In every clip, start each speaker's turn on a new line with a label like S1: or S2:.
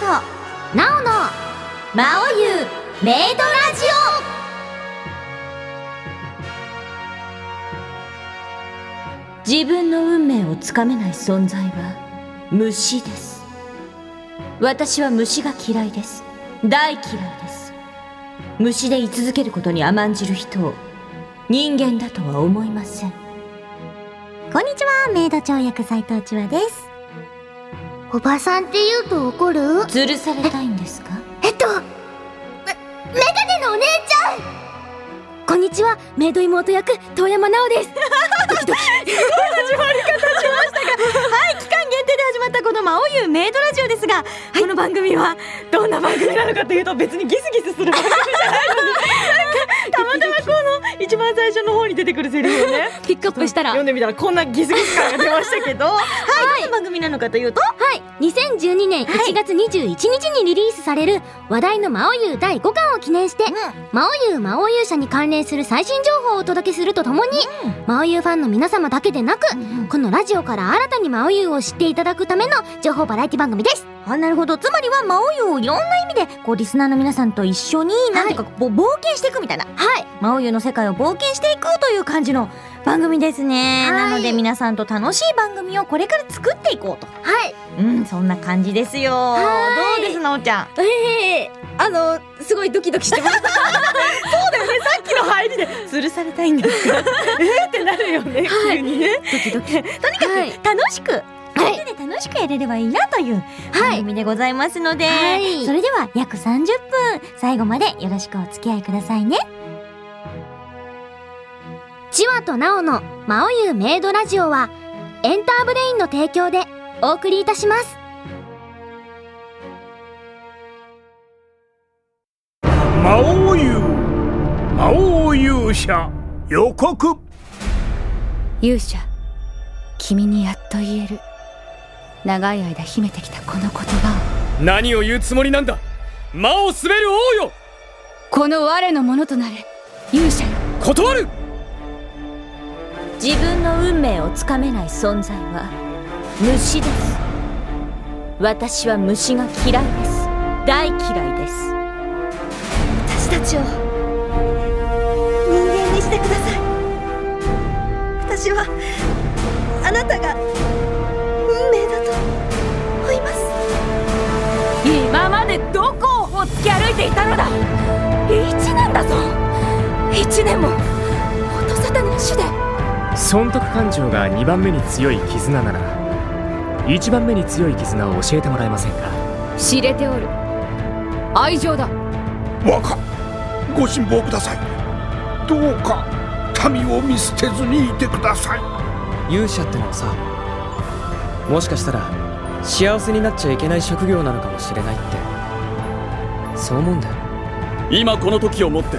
S1: となおの魔王ゆうメイドラジオ自分の運命をつかめない存在は虫です私は虫が嫌いです大嫌いです虫で居続けることに甘んじる人を人間だとは思いません
S2: こんにちは、メイド長役斉藤千和です。おばさんって言うと怒る
S1: 吊るされたいんですか
S2: えっと、め、メガネのお姉ちゃんこんにちは、メイド妹役、遠山奈緒です。
S3: 期間限定で始まったこの「魔王ゆうメイドラジオ」ですが、この番組はどんな番組なのかというと別にギスギスする番組じゃない のにたまたまこの一番最初の方に出てくるセリフをね
S4: ピックアップしたら
S3: 読んでみたらこんなギスギス感が出ました けどはい、どんな番組なのかというと
S4: はい2012年1月21日にリリースされる話題の「魔王優第5巻を記念して「魔王優魔王勇者」に関連する最新情報をお届けするとともに、魔王優ファンの皆様だけでなく、このラジオから新たに魔王優を知っていただくための情報バラエティ番組です
S2: あ、なるほど。つまりは、魔王湯をいろんな意味で、こう、リスナーの皆さんと一緒に、なんとか、こう冒険していくみたいな。はい。魔王湯の世界を冒険していくという感じの番組ですね。
S4: はい
S2: なので、皆さんと楽しい番組をこれから作っていこうと。
S4: はい
S2: うん、そんな感じですよ。どうです、なおちゃん。
S4: ええあのすごいドキドキしてます
S3: 木の入りで吊るされたいんです がえーってなるよね
S4: はい
S3: 急にね
S2: とにかく
S4: はい
S2: 楽しく、みんなで楽しくやれればいいなという
S4: はい
S2: 番組でございますので、
S4: はい
S2: それでは約30分最後までよろしくお付き合いくださいね
S4: チワとナオの魔王優メイドラジオはエンターブレインの提供でお送りいたします
S5: 魔王優魔王勇者予告
S6: 勇者君にやっと言える長い間秘めてきたこの言葉を
S7: 何を言うつもりなんだ魔を滑る王よ
S6: この我のものとなれ勇者よ
S7: 断る
S1: 自分の運命をつかめない存在は虫です私は虫が嫌いです大嫌いです
S3: 私たちを人間にしてください私はあなたが運命だと思います
S1: 今までどこを突き歩いていたのだ一年だぞ一年も音沙汰なしで
S7: 損得感情が2番目に強い絆なら1番目に強い絆を教えてもらえませんか
S6: 知れておる愛情だ
S5: 若ご辛抱くださいどうか民を見捨てずにいてください
S8: 勇者ってのはさもしかしたら幸せになっちゃいけない職業なのかもしれないってそう思うんだよ
S9: 今この時をもって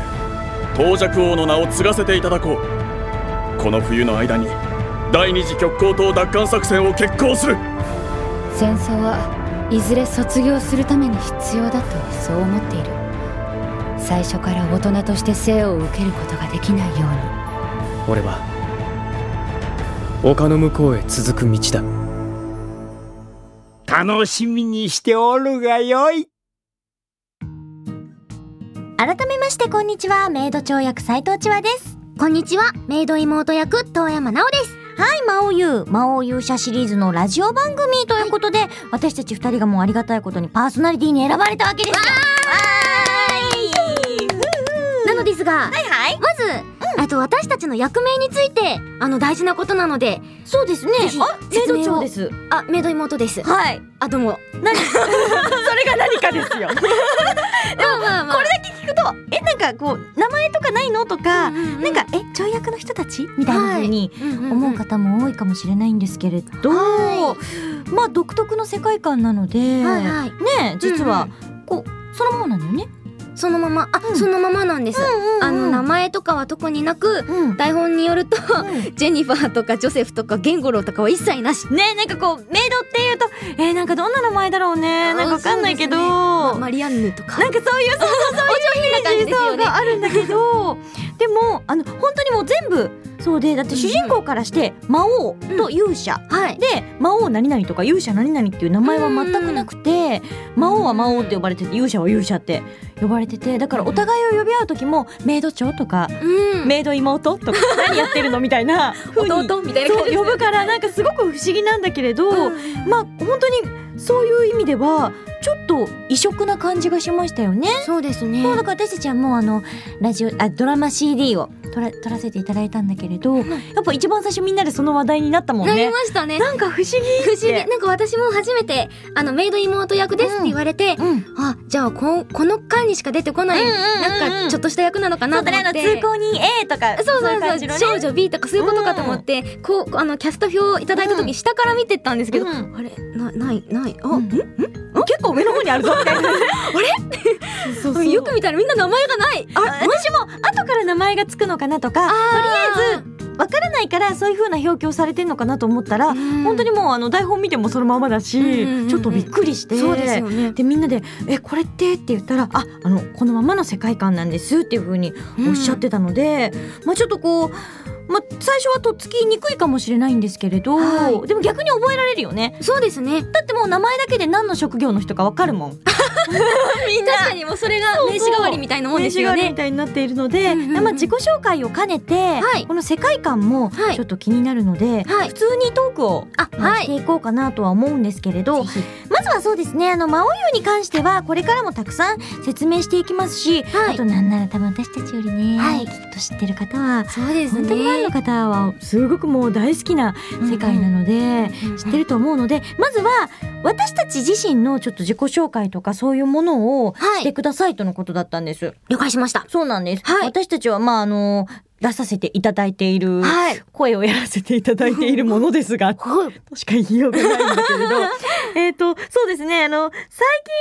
S9: 東尺王の名を継がせていただこうこの冬の間に第二次極光島奪還作戦を決行する
S6: 戦争はいずれ卒業するために必要だとそう思っている最初から大人として生を受けることができないように
S8: 俺は丘の向こうへ続く道だ
S5: 楽しみにしておるがよい
S2: 改めましてこんにちはメイド長役斉藤千和です
S4: こんにちは、メイド妹役、遠山奈緒です。
S2: はい魔王優魔王勇者シリーズのラジオ番組ということで、私たち二人がもうありがたいことにパーソナリティに選ばれたわけですよ
S4: なのです
S2: は
S4: が、
S2: いはい
S4: まず、えっと、私たちの役名について、あの、大事なことなので、
S2: そうですね
S4: ひ
S2: あメイ
S4: 説明を
S2: ド長です
S4: あ、メイド妹です。
S2: はい
S4: あ、どうも。
S3: それが何かです よ
S4: まあまあまあ
S3: これだけ聞くとえなんかこう名前とかないのとか、なんかえ跳躍の人たち
S2: みたいな風に思う
S4: か
S2: 方も多いかもしれないんですけれど、
S4: は
S2: まあ独特の世界観なので、
S4: はいはい。
S2: ね実は、こうそのものなんだよね。
S4: そのまま、あ、そのままなんです。あの、名前とかは特になく、
S2: うん
S4: 台本によると、 ジェニファーとかジョセフとかゲンゴロウとかは一切なし。
S2: ねなんかこうメイドっていうとえー、なんかどんな名前だろうねなんかわかんないけど、
S4: まマリアンヌとか。
S2: なんかそういうそうそうそういうイメージ
S4: お上品な感じですよね
S2: そうがあるんだけどでもあの本当にもう全部そうでだって主人公からして魔王と勇者、で魔王何々とか勇者何々っていう名前は全くなくて、魔王は魔王って呼ばれてて勇者は勇者って呼ばれててだからお互いを呼び合う時もメイド長とか、メイド妹とか何やってるのみたいな風に
S10: 弟みたいな感
S2: そう
S10: じ
S2: 呼ぶからなんかすごく不思議なんだけれど、まあ本当にそういう意味ではちょっと異色な感じがしましたよね。
S4: そうですね
S2: そうだから私たちはもうあのラジオあドラマ CD を撮ら撮らせていただいたんだけれど、やっぱ一番最初みんなでその話題になったもん
S4: なり
S2: ね。
S4: ましたね
S2: なんか不思議
S4: 不思議なんか私も初めてあのメイド妹役ですって言われて、
S2: うん
S4: あじゃあここの間にしか出てこない、なんかちょっとした役なのかなと思って
S2: 通行人 A とか
S4: そうそうそう
S2: い感じの
S4: 少
S2: ね
S4: 女 B とかそういうことかと思って、こうあのキャスト表をいただいた時下から見てったんですけど、
S2: うん
S4: あれなないないあ、
S2: うん結構上の方にあるぞみたいな あれそうそう
S4: よく見たらみんな名前がない
S2: あ私も後から名前がつくのかなとかとりあえずわからないからそういう風な表記をされてんのかなと思ったら、本当にもうあの台本見てもそのままだし、
S4: うんうんうんうん
S2: ちょっとびっくりして
S4: そうですよね
S2: でみんなで「えこれって?」って言ったら「ああのこのままの世界観なんです」っていう風におっしゃってたので、まあちょっとこう、まあ、最初はとっつきにくいかもしれないんですけれど、
S4: はい
S2: でも逆に覚えられるよね
S4: そうですね
S2: だってもう名前だけで何の職業の人かわかるもんみんな
S4: 確かにもうそれが名刺代わりみたいなもんですよ
S2: 名刺代わり
S4: ね
S2: みたいになっているので、
S4: うんうんうん
S2: まあ、自己紹介を兼ねて、
S4: はい
S2: この世界観も
S4: はい
S2: ちょっと気になるので、
S4: はい
S2: 普通にトークを、
S4: あ
S2: まあ
S4: はい
S2: していこうかなとは思うんですけれどまずはそうですねあの魔王湯に関してはこれからもたくさん説明していきますし、
S4: はい
S2: あとなんなら多分私たちよりね、
S4: はい
S2: きっと知ってる方は
S4: そうです
S2: 本当にファンの
S4: ね
S2: 方はすごくもう大好きな世界なので、知ってると思うので、まずは私たち自身のちょっと自己紹介とかそういうものを
S4: はい
S2: してくださいとのことだったんです。
S4: 了解しました
S2: そうなんです。
S4: はい
S2: 私たちはまああの出させていただいている、
S4: はい
S2: 声をやらせていただいているものです が、と
S4: はい
S2: しか言いようがないんだけれど、 えっとそうですねあの最近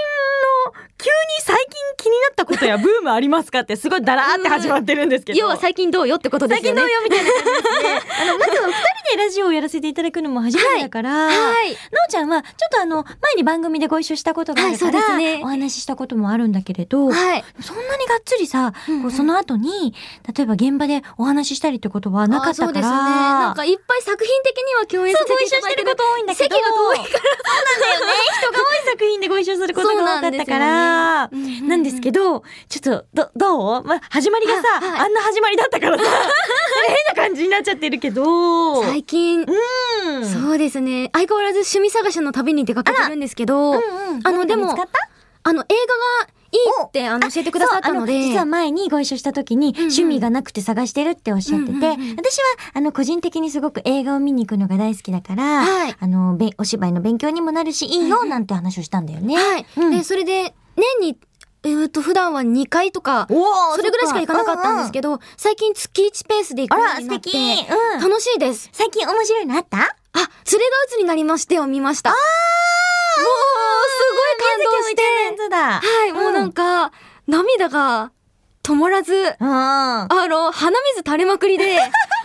S2: の急に最近気になったことやブームありますかってすごいダラーって始まってるんですけど、
S4: 要は最近どうよってことですよね
S2: 最近どうよみたいな感じですね。あのまずお 二人でラジオをやらせていただくのも初めてだから、
S4: はい
S2: のうちゃんはちょっとあの前に番組でご一緒したことがあるから、
S4: はいそうですね
S2: お話ししたこともあるんだけれど、
S4: はい
S2: そんなにがっつりさ、
S4: うんうん
S2: こうその後に例えば現場でお話ししたりってことはなかっ
S4: あそ
S2: た
S4: う
S2: か
S4: ですね
S2: ら。
S4: なんかいっぱい作品的には共演さ
S2: そ
S4: せ
S2: うご
S4: てい
S2: 一緒
S4: た
S2: し
S4: だ
S2: て
S4: いて
S2: るこ
S4: る
S2: と多いんだけど
S4: 席が遠い
S2: からそうなんだよね 人が多い作品でご一緒することが多かったから
S4: そうなんですよねうんうんうん
S2: なんですけどちょっとどどう、まあ、始まりがさ、
S4: あはい
S2: あんな始まりだったからさ 変な感じになっちゃってるけど
S4: 最近
S2: うん
S4: そうですね相変わらず趣味探しの旅に出かけてるんですけど、あのでもあの映画がいいってあの教えてくださったので
S2: そうあ実は前にご一緒した時に趣味がなくて探してるっておっしゃってて、
S4: うんうんうんうん
S2: 私はあの個人的にすごく映画を見に行くのが大好きだから、
S4: はい
S2: あのべお芝居の勉強にもなるしいいよなんて話をしたんだよね。
S4: はい、
S2: うん
S4: でそれで年にえー、と普段は2回とか
S2: お
S4: それぐらいしか行かなかったんです
S2: け
S4: けど、最近月1ペースで行くようになって
S2: あら素敵うん
S4: 楽しいです
S2: 最近面白いのあった
S4: あ連れが鬱になりましてを見ましたもうすごい感動して
S2: そうだ。
S4: はいもうなんか、涙が止まらず
S2: うん。
S4: あの、鼻水垂れまく りで、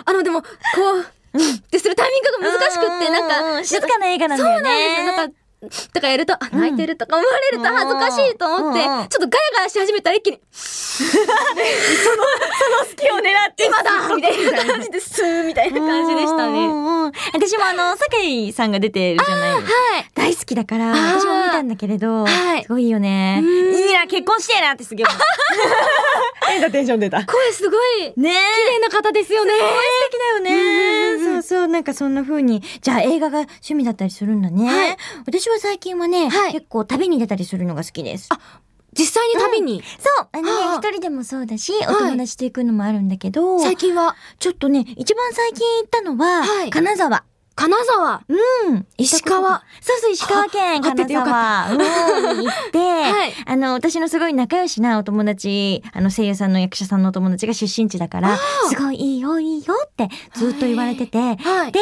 S4: あの、でも、こう、ってするタイミングが難しくって、なんか、
S2: うんうん静かな映画なんだよね。
S4: そうなんですよ。だから、だからやると、あ、泣いてるとか思われると恥ずかしいと思って、ち
S2: うん
S4: ょ
S2: うんう
S4: っ
S2: ん
S4: とガヤガヤし始めたら一気に、
S2: 月を狙って
S4: 今だみたいな感じで、スーみたいな感じでした
S2: うん
S4: ね。
S2: うんうん私もあの、酒井さんが出てるじゃない
S4: はい。
S2: 大好きだから、
S4: あー
S2: 私も見たんだけれど、
S4: はい
S2: すごいよね。
S4: うん
S2: いいな、結婚してえなってすげえ思う。変なテンション出た。
S4: 声すごい、綺
S2: ねえ。
S4: 麗な方ですよね。
S2: 素敵だよね。そうそう、なんかそんな風に。じゃあ映画が趣味だったりするんだね。
S4: はい
S2: 私は最近はね、
S4: はい
S2: 結構旅に出たりするのが好きです。
S4: 実際に旅に、
S2: そう。あのね
S4: はあ、
S2: 一人でもそうだし、
S4: い
S2: お友達と行くのもあるんだけど、
S4: 最近は、
S2: ちょっとね、一番最近行ったのは、
S4: はい
S2: 金沢。
S4: 金沢、
S2: うん。
S4: 石川。
S2: そうそう、石川県
S4: あ合って
S2: 金
S4: てよか
S2: 沢うんに行って、
S4: はい
S2: あの、私のすごい仲良しなお友達、あの、声優さんの役者さんのお友達が出身地だから、すごいいいよ、いいよってずっと言われてて、
S4: はい
S2: で、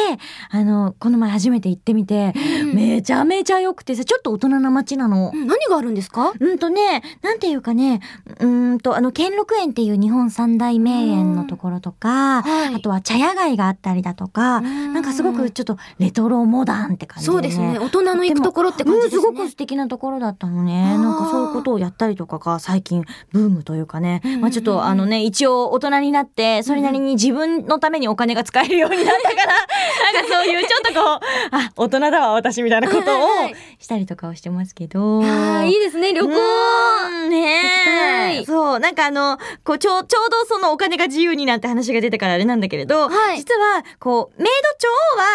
S2: あの、この前初めて行ってみて、
S4: うん
S2: めちゃめちゃ良くてさ、ちょっと大人な街なの。
S4: うん何があるんですか
S2: うんとね、なんていうかね、うーんと、あの、兼六園っていう日本三大名園のところとか、
S4: はい
S2: あとは茶屋街があったりだとか、
S4: ん
S2: なんかすごくちょょっとレトロモダンって感じで、ね。
S4: そうですね。大人の行くところって感
S2: う
S4: じ
S2: ん、
S4: です
S2: す
S4: ね。
S2: ごく素敵なところだったのね。
S4: あー
S2: なんかそういうことをやったりとかが最近ブームというかね。まあちょっとあのね、一応大人になって、それなりに自分のためにお金が使えるようになったか ら、なんかそういうちょっとこう、あ、大人だわ私みたいなことをしたりとかをしてますけど。
S4: ああ、いいですね、旅行。
S2: うんね
S4: 行きた
S2: え。
S4: い
S2: そう、なんかあの、こう、ちょう、ちょうどそのお金が自由になんて話が出てからあれなんだけれど、
S4: はい
S2: 実は、こう、メイド長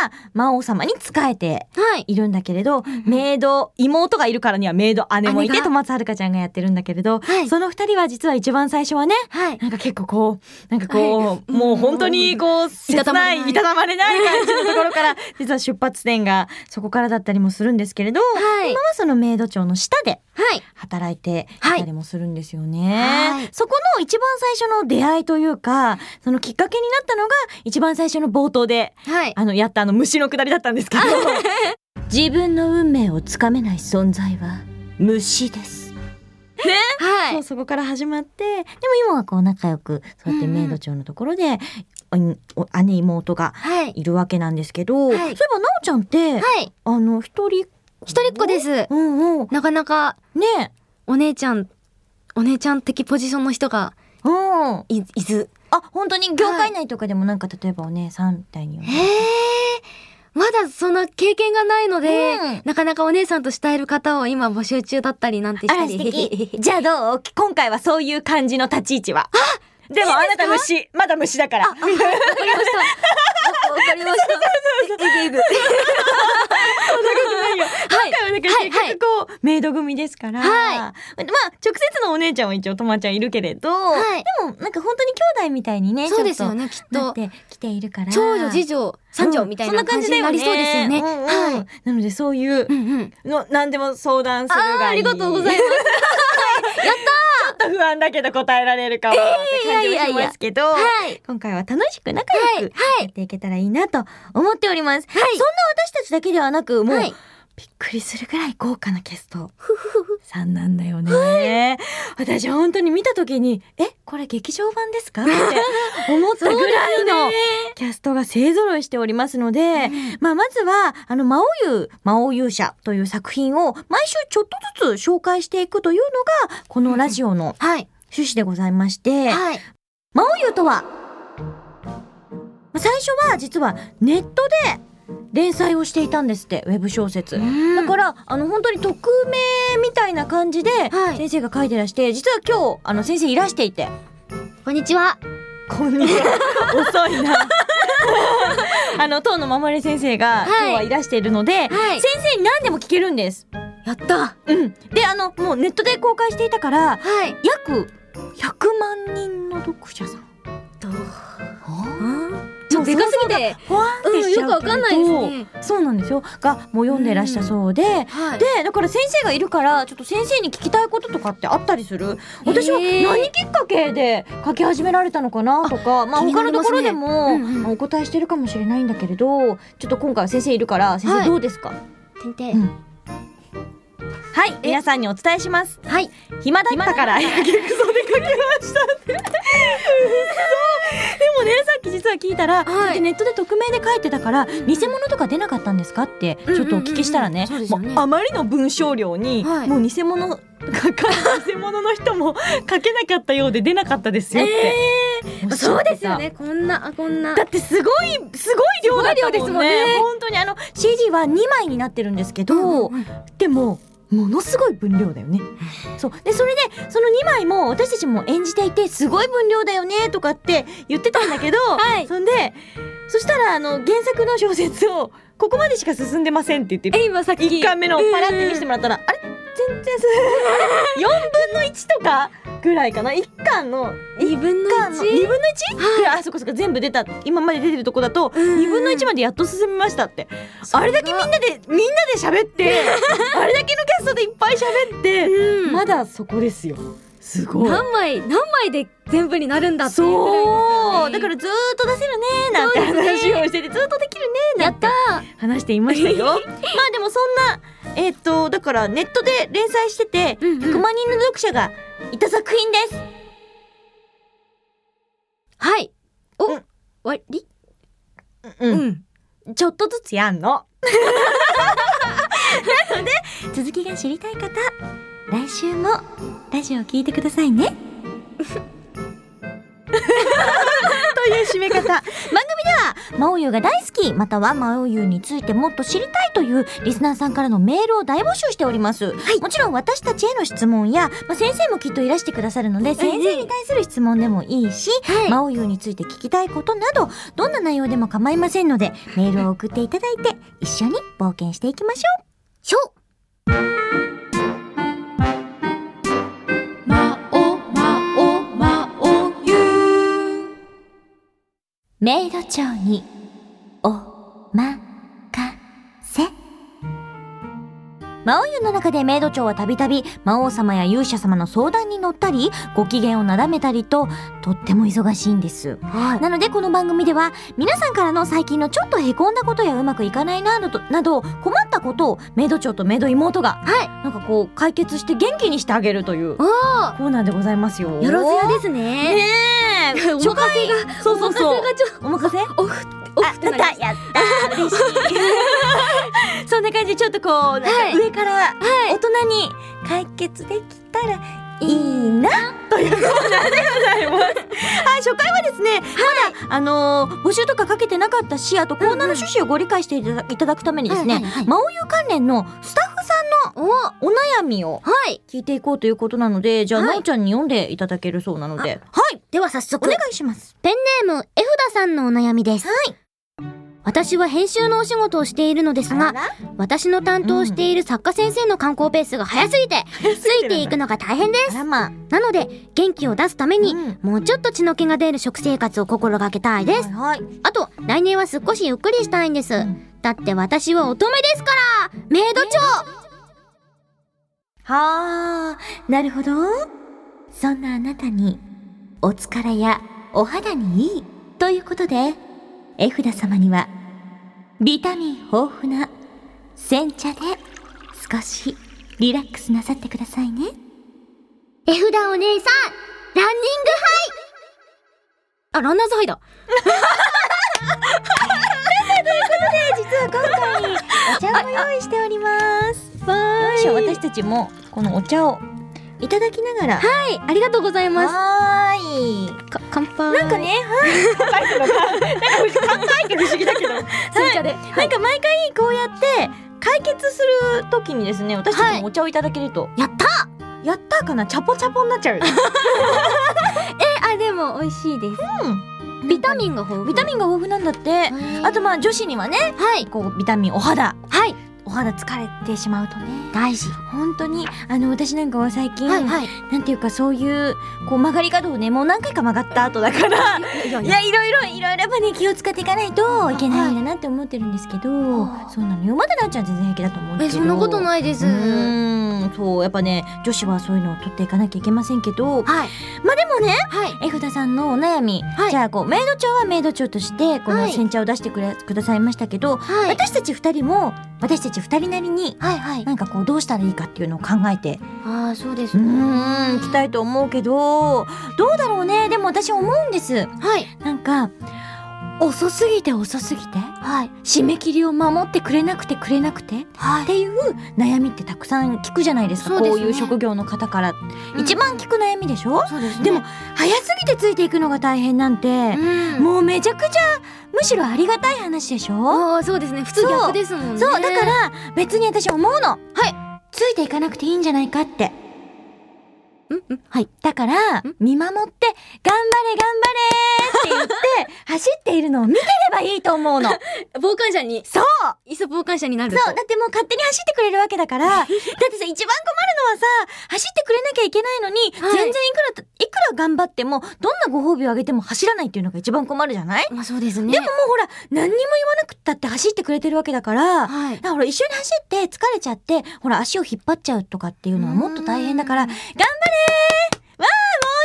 S2: は魔王様に仕えて
S4: はい。
S2: いるんだけれど、メイド、妹がいるからにはメイド姉もいて、
S4: 姉が
S2: 戸松遥ちゃんがやってるんだけれど、
S4: はい
S2: その二人は実は一番最初はね、
S4: はい。
S2: なんか結構こう、なんかこう、もう本当にこう、切
S4: いたたま
S2: な
S4: れない
S2: い、いたたまれない感じのところ から、実は出発点がそこからだったりもするんですけれど、
S4: はい
S2: 今はそのメイド長の下で、
S4: はい。
S2: 働いてい
S4: はい
S2: たりもするんですよね。
S4: はい
S2: そこの一番最初の出会いというか、そのきっかけになったのが一番最初の冒頭で、
S4: はい。
S2: あの、やったあの虫のくだりだったん ですけど。
S1: 自分の運命をつかめない存在は虫です
S4: は
S2: そ。
S4: いう
S2: そこから始まって、でも今はこう仲良く、そうやってメイド長のところで、おお姉妹が
S4: はい。
S2: いるわけなんですけど、
S4: はい
S2: そういえばなおちゃんって、
S4: はい。
S2: あの、一人っ子、
S4: 一人っ子です。
S2: うんうん。
S4: なかなか、
S2: ね
S4: お姉ちゃん、お姉ちゃん的ポジションの人が
S2: うん。
S4: い、いず。
S2: あ、本当に業界内とかでもなんか、例えばお姉さんみたいに。
S4: えー。まだそんな経験がないので、
S2: うん
S4: なかなかお姉さんと慕える方を今募集中だったりなんて
S2: あ
S4: した
S2: ら
S4: り。
S2: 素敵。じゃあどう今回はそういう感じの立ち位置は。あでもあなた虫。まだ虫だから。
S4: わかりました。わかりました。えぐえぐ。
S2: だから
S4: はい。
S2: なんか
S4: はい
S2: 結局こう、メイド組ですから。
S4: はい
S2: まあ、直接のお姉ちゃんは一応とまちゃんいるけれど、
S4: はい
S2: でもなんか本当に兄弟みたいにね、
S4: そうですよ
S2: ね。
S4: ね、きっ
S2: なっ
S4: と。
S2: てきているから。
S4: 長女、次女、三女みたいな感じになりそうですよね。
S2: うんそんな感じだよねうんうん
S4: は
S2: なのでそういう
S4: い。う、んうん。
S2: の、何でも相談するがいい。
S4: ありがとうござい
S2: す。
S4: ます。
S2: ちょっと不安だけど答えられるかもって感じはしますけど、
S4: はい。
S2: 今回は楽しく仲
S4: はい。
S2: 良く
S4: は
S2: や
S4: い。
S2: っていけたらいいなと思っております。
S4: は
S2: そ
S4: い
S2: んな私たちだけではなく、もう、
S4: はい
S2: びっくりするぐらい豪華なキャストさんなんだよね。私本当に見た時に、え、これ劇場版 ですかって思ったぐらいのキャストが勢揃いしておりますので、まあまずは、あの、魔王優、魔王勇者という作品を毎週ちょっとずつ紹介していくというのが、このラジオの
S4: はい。
S2: 趣旨でございまして、
S4: はい。
S2: 魔王湯とは最初は実はネットで連載をしていたんですってウェブ小説だからあの本当に匿名みたいな感じで
S4: はい
S2: 先生が書いてらして実は今日あの先生いらしていて
S4: こんにちは。
S2: こんにちは遅いな あの当のままれ先生が
S4: はい
S2: 今日はいらしているので
S4: は
S2: 先
S4: い
S2: 生に何でも聞けるんです
S4: やった。
S2: うんであのもうネットで公開していたから
S4: はい。
S2: 約100万人の読者さん
S4: と、
S2: ち
S4: ちょっとでかすぎて、
S2: ふわーって
S4: うん、
S2: しちゃ
S4: よく
S2: う
S4: わ
S2: けれど
S4: かんないですね。
S2: そうなんですよがもう読んでらしたそうで、
S4: はい。
S2: でだから先生がいるからちょっと先生に聞きたいこととかってあったりする私は
S4: へー
S2: 何きっかけで書き始められたのかなとかまあ
S4: 気にな
S2: 他
S4: り
S2: のと
S4: ます
S2: ころ
S4: ね
S2: でも、
S4: うんうん
S2: まあお答えしてるかもしれないんだけれどちょっと今回は先生いるから先
S4: は
S2: 生
S4: い
S2: どうですか、
S4: てんて
S2: うん
S4: ん。
S2: はい、皆さんにお伝えします。
S4: はい。
S2: 暇だったから、や けくそで書きました って。うっそでもね、さっき実は聞いたら、
S4: はい
S2: だってネットで匿名で書いてたから、偽物とか出なかったんですかって、ちょっとお聞きしたらね
S4: うんうんうんうんそうですよね
S2: もうあまりの文章量に、
S4: はい
S2: もう偽物が書か、偽物の人も 書けなかったようで出なかったですよって。おっしゃ
S4: そ
S2: っ
S4: う
S2: てた
S4: ですよね。こんな、あ、こんな。
S2: だってすごいすごい量だったもんね
S4: すごい量ですもんね
S2: 本当にあの CD は2枚になってるんですけど、でもものすごい分量だよね。そうでそれでその2枚も私たちも演じていてすごい分量だよねとかって言ってたんだ けど、
S4: い
S2: そんでそしたらあの原作の小説をここまでしか進んでませんって言って
S4: え、今さっき。
S2: 1巻目のパラって見せてもらったら、あれ全然進んでない4分の1とかぐらいかな1巻の
S4: 二分の
S2: 間の2
S4: 一。
S2: 分の 1? あそこそこ全部出た今まで出てるとこだと
S4: ん
S2: 2分の1までやっと進みましたってあれだけみんなでみんなで喋って あれだけのキャストでいっぱい喋って
S4: うん。
S2: まだそこですよすごい
S4: 何枚、何枚で全部になるんだっていうぐらいですよ
S2: そうだ
S4: ね
S2: からずーっと出せるねーなんて話をしててずーっとできるねー
S4: や
S2: なん
S4: ってた
S2: 話していましたよ まあでもそんなえーっとだからネットで連載してて
S4: うんうん
S2: 100万人の読者がいた作品です
S4: はい。お、
S2: うん
S4: 終わり
S2: うん
S4: うん。
S2: ちょっとずつやんの。
S3: 続きが知りたい方来週もラジオを聞いてくださいね という締め方番組ではマオユが大好きまたはマオユについてもっと知りたいというリスナーさんからのメールを大募集しております、もちろん私たちへの質問や、まあ、先生もきっといらしてくださるので先生に対する質問でもいいし、マオユについて聞きたいことなどどんな内容でも構いませんのでメールを送っていただいて一緒に冒険していきましょう
S4: しょ
S1: メイド長におまかせ
S3: 魔王湯の中でメイド長はたびたび魔王様や勇者様の相談に乗ったりご機嫌をなだめたりととっても忙しいんです、なのでこの番組では皆さんからの最近のちょっとへこんだことやうまくいかないななどなど困ったことをメイド長とメイド妹が、なんかこう解決して元気にしてあげるというコーナーでございますよ
S4: うよろずやですね
S3: ねえ初回 そうそうそうお任せ
S4: おふおふってなりまし
S3: やった嬉しいそんな感じでちょっとこう、なんか
S4: はい
S3: 上から大人に解決できたらいいな、というコーナーでございます。はい、初回はですね、まだ、あのー募集とかかけてなかったし、あとコーナーの趣旨をご理解していただいただくためにです
S4: はい
S3: ね
S4: はいはい、
S3: 魔王湯関連のスタッフさんのお悩みを
S4: たはい
S3: 聞いていこうということなので、じゃあ、
S4: はい
S3: なおちゃんに読んでいただけるそうなので、はい、
S4: では早速
S3: お願いします。
S4: ペンネーム絵札さんのお悩みです。私は編集のお仕事をしているのですが、私の担当している作家先生の観光ペースが早すぎて、ついていくのが大変で
S3: あ
S4: す。
S3: らまあ、
S4: なので、元気を出すために、
S3: うん
S4: もうちょっと血の気が出る食生活を心がけたいです。
S3: はい、
S4: あと、来年は少しゆっくりしたいんです。
S3: ん
S4: だって私は乙女ですからメイド長
S3: はあ、なるほど。そんなあなたに、お疲れやお肌にいいということで、絵札様には、ビタミン豊富な煎茶で少しリラックスなさってくださいね。
S4: 絵札お姉さんランニングハイあ、ランナーズハイだ
S3: 今回、お茶も用意しております。わーい。私たちも、このお茶をいただきながら、
S4: はい、ありがとうございます
S3: はーい。
S4: か乾杯
S3: なんかね、はい。 なんか考えて不思議だけど、煎茶で。なんか毎回こうやって解決するときにですね、私たちもお茶をいただけると、
S4: やった
S3: やったーかな、チャポチャポになっちゃう。
S4: あでも美味しいです、ビタミンが豊富
S3: ビタミンが豊富なんだって。
S4: ン
S3: あとまあ女子にはね、
S4: はい
S3: こうビタミンお肌、
S4: はい
S3: お肌疲れてしまうとね、
S4: 大事
S3: 本当にあの私なんかは最近、
S4: はい
S3: なんていうかそういうこう曲がり角をねもう何回か曲がった後だからいやいろいろいろいろやっぱね気を使っていかないといけないんだなって思ってるんですけど、
S4: はい
S3: そうなのよまだなっちゃん全然平気だと思うんで
S4: え
S3: すけ
S4: そ
S3: ど
S4: んなことないです
S3: うーんそうやっぱね女子はそういうのを取っていかなきゃいけませんけ
S4: は
S3: ど
S4: い
S3: まあでもね
S4: はい
S3: 江札さんのお悩み、
S4: はい
S3: じゃあこうメイド長はメイド長としてこ
S4: は
S3: の
S4: い
S3: 煎茶を出してくれ、くださいましたけど、
S4: はい
S3: 私たち二人も私たち二人なりに
S4: はいはい
S3: なんかこうどうしたらいいかっていうのを考えて
S4: ああそうです
S3: う
S4: ね
S3: ーん、行きたいと思うけど、どうだろうね。でも私思うんです。
S4: はい
S3: なんか、遅すぎて遅すぎて、
S4: はい
S3: 締め切りを守ってくれなくてくれなくて、
S4: は
S3: っていう悩みってたくさん聞くじゃないですか。
S4: そうです
S3: こ
S4: ね
S3: ういう職業の方から。
S4: うん
S3: 一番聞く悩みでしょ
S4: そうですね
S3: でも、早すぎてついていくのが大変なんて、もうめちゃくちゃ、むしろありがたい話でしょ
S4: ああそうですね普通逆ですもんね
S3: そう、だから別に私思うの。はい。ついていかなくていいんじゃないかって。
S4: うんうん
S3: はい。だから、見守って、頑張れ頑張れって言って、走っているのを見てればいいと思 うの。そう
S4: 傍観者に
S3: そう
S4: いっそ傍観者になると
S3: だってもう勝手に走ってくれるわけ だから、だってさ、一番困るのはさ、走ってくれなきゃいけないのに、
S4: はい
S3: 全然いくら、いくら頑張っても、どんなご褒美をあげても走らないっていうのが一番困るじゃない、
S4: まあそうですね
S3: でももうほら、何にも言わなくったって走ってくれてるわけだから、
S4: はい
S3: だからほら一緒に走って疲れちゃって、ほら足を引っ張っちゃうとかっていうのはもっと大変だから、頑張れーわーもう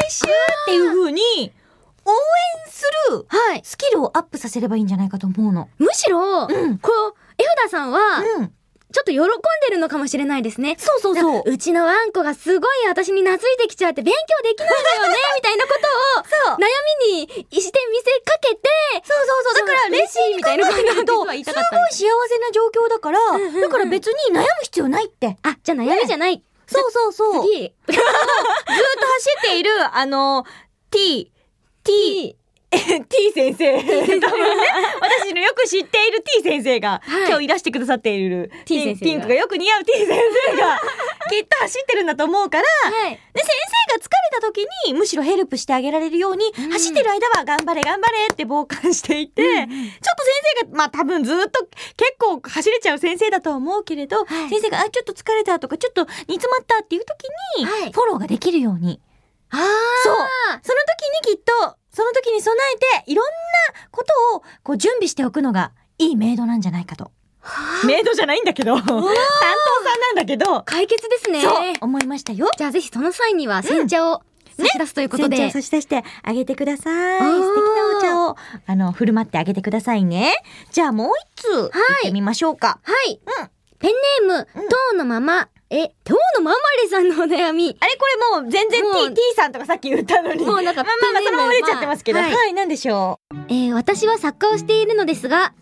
S3: 一周っていう風に、応援する
S4: はい
S3: スキルをアップさせればいいんじゃないかと思うの。
S4: むしろ、こう絵札さんは、
S3: うん。
S4: ちょっと喜んでるのかもしれないですね。
S3: そうそうそう
S4: うちのワンコがすごい私に懐いてきちゃって勉強できないのよね、みたいなことを、悩みにして見せかけて、そうそうそう、だから嬉しいみたいなことを言いたかったんです
S3: 幸せな状況だから、
S4: んうん
S3: だから別に悩む必要ないって。
S4: あ、じゃあ悩みじゃない。
S3: そうそうそう。ずっ
S4: 次。
S3: と走っている、あの、T、T、
S2: T 先生多分ね私のよく知っている T 先生が、
S4: はい
S2: 今日いらしてくださっている
S4: T 先生が
S2: ピンクがよく似合う T 先生 がきっと走ってるんだと思うから
S4: はい。
S2: で先生が疲れた時にむしろヘルプしてあげられるように、
S4: うん
S2: 走ってる間は頑張れ頑張れって傍観していて、ちょっと先生がまあ多分ずっと結構走れちゃう先生だとは思うけれど、
S4: はい
S2: 先生があちょっと疲れたとかちょっと煮詰まったっていう時に、
S4: はい
S2: フォローができるように
S4: ああ。
S2: そうその時にきっと、その時に備えて、いろんなことをこう準備しておくのがいいメイドなんじゃないかと。 メイドじゃないんだ けど、担当さんなんだけど、
S4: 解決ですね。
S2: そう、思いましたよ。
S4: じゃあぜひその際には煎茶を差し出すということで。
S2: 煎茶を差し出してあげてください。
S4: あー
S2: 素敵なお茶を、あの、振る舞ってあげてくださいね。じゃあもう一通、行ってみましょうか。
S4: はい。ペンネーム、とうのまま、え、とうのままれさんのお悩み。
S2: あれこれもう全然
S4: も
S2: T,
S4: う
S2: T さんとかさっき言ったのに。
S4: もうなんか
S2: まあまあまあ、そ
S4: ペンネーム
S2: のまま出ちゃってますけど。
S4: は
S2: はいい、なんでしょ
S4: えー私は作家をしているのですが、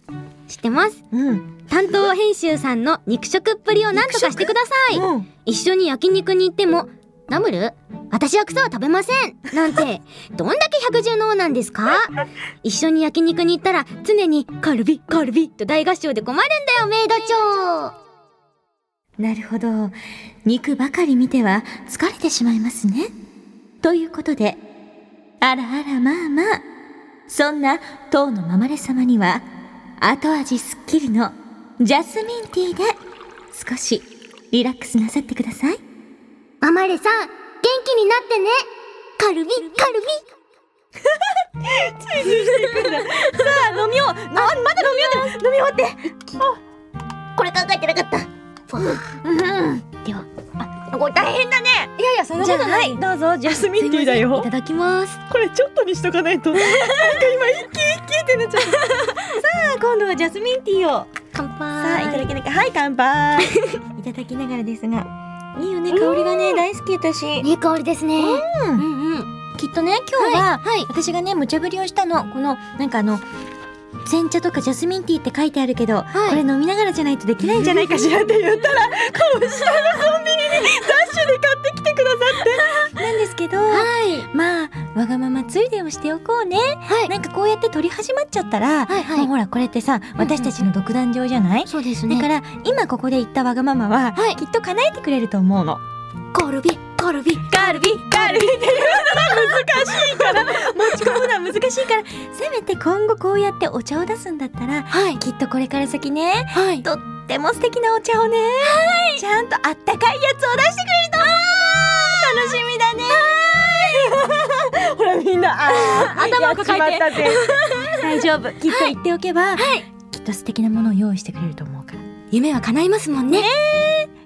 S4: 知ってます。
S2: う。うん。
S4: 担当編集さんの肉食っぷりを何とかしてください。
S2: うん。
S4: 一緒に焼肉に行っても、ナムル私は草は食べませんな んて、どんだけ百獣の王なんですか一緒に焼肉に行ったら、常にカルビ、カルビと大合唱で困るんだよ、メイド長
S3: なるほど。肉ばかり見ては疲れてしまいますね。ということで、あらあらまあまあ、そんな当のままれ様には、後味すっきりのジャスミンティーで少しリラックスなさってください。
S4: ママレさん、元気になってねカルビ、カルビ
S2: あ、飲みよう。あ、まだ飲みようってる。飲み終わって。
S4: これ考えてなかった。では、
S2: あこれ大変だね。
S4: いやいや、そんなことない。
S2: い、どうぞ、ジャスミンティーだよ
S4: いた。だきます。
S2: これちょっとにしとかないと。なんか今、一気一気ってなっちゃった。さあ、今度はジャスミンティーを。
S4: 乾
S2: さあ、いた
S4: 杯。
S2: だきながら、はい、乾杯。いただきながらですが。いいよね、香りがね、大好き私。
S4: いい香りですね。うんうん。
S3: きっとね、今日は、
S4: はい。
S3: 私がね、無茶ぶりをしたの。この、なんかあの、煎茶とかジャスミンティーって書いてあるけど、
S4: はい
S3: これ飲みながらじゃないとできないんじゃない
S2: ないかし らって言ったら、この下のコンビニにダッシュで買ってきてくださ って。なんですけど、
S4: はい。
S3: まあ、わがままついでをしておこうね。
S4: はい
S3: なんかこうやって取り始まっちゃった
S4: は
S3: ら、
S4: い
S3: もう
S4: は
S3: ほら、これってさ、私たちの独壇場じゃない、
S4: い。そうです
S3: だか
S4: ね。
S3: ら、今ここで言ったわがままは、
S4: はい
S3: きっと叶えてくれると思うの。
S4: カルビ、カルビ。
S2: カルビ、カルビっていうのは難しいから、持ち込むのは難しい。
S3: 難しいから、せめて今後こうやってお茶を出すんだったら、
S4: はい。
S3: きっとこれから先ね、
S4: はい。
S3: とっても素敵なお茶をね、ちゃんとあったかいやつを出してくれると思うの楽しみだね
S2: ほらみんな、あー
S4: 頭を抱えて
S2: やっちまったぜ
S3: 大丈夫きっと言っておけば、きっと素敵なものを用意してくれると思うから
S4: 夢は叶いますもんね。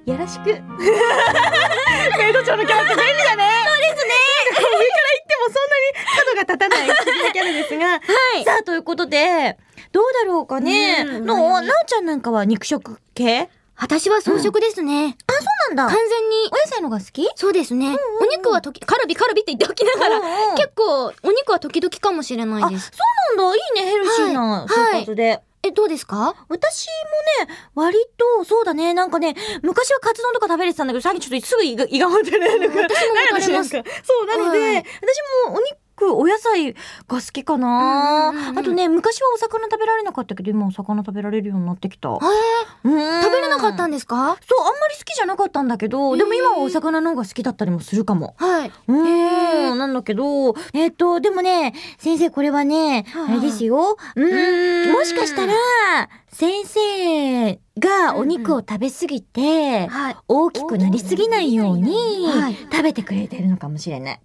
S3: よろしく
S2: メイド長のキャラって便利だね。そうですね。上から言ってもそんなに角が立 たない素敵なキャラですが。
S3: さあということでどうだろうかね
S4: うん
S3: のなおちゃんなんかは肉食系
S4: 私は草食ですね。
S3: なんだ
S4: 完全に
S3: お。野菜のが好き
S4: そうですね。お肉はとき、カルビカルビって言っておきながら、結構、お肉は時々かもしれないです。
S3: そうなんだいいねヘルシーな生活で、
S4: え、どうですか
S3: 私もね割とそうだねなんかね昔はカツ丼とか食べれてたんだけど最近ちょっとすぐ胃が胃が持ってねなんか
S4: 私もわかります。
S2: なんかそう、なので、
S4: はい
S2: 私もお肉、お野菜が好きかな、
S4: うんうんうんうん
S2: あとね、昔はお魚食べられなかったけど、今お魚食べられるようになってきた。うん
S4: 食べれなかったんですか
S2: そう、あんまり好きじゃなかったんだけど、
S4: へー
S2: でも今はお魚の方が好きだったりもするかも。
S4: はい。
S2: うん、なんだけど、えっ、と、でもね、
S3: 先生これはね
S4: はあ
S3: あれですようんもしかしたら先生がお肉を食べ過ぎて
S4: はい。
S3: 大きくなりすぎないように
S4: はい
S3: 食べてくれてるのかもしれない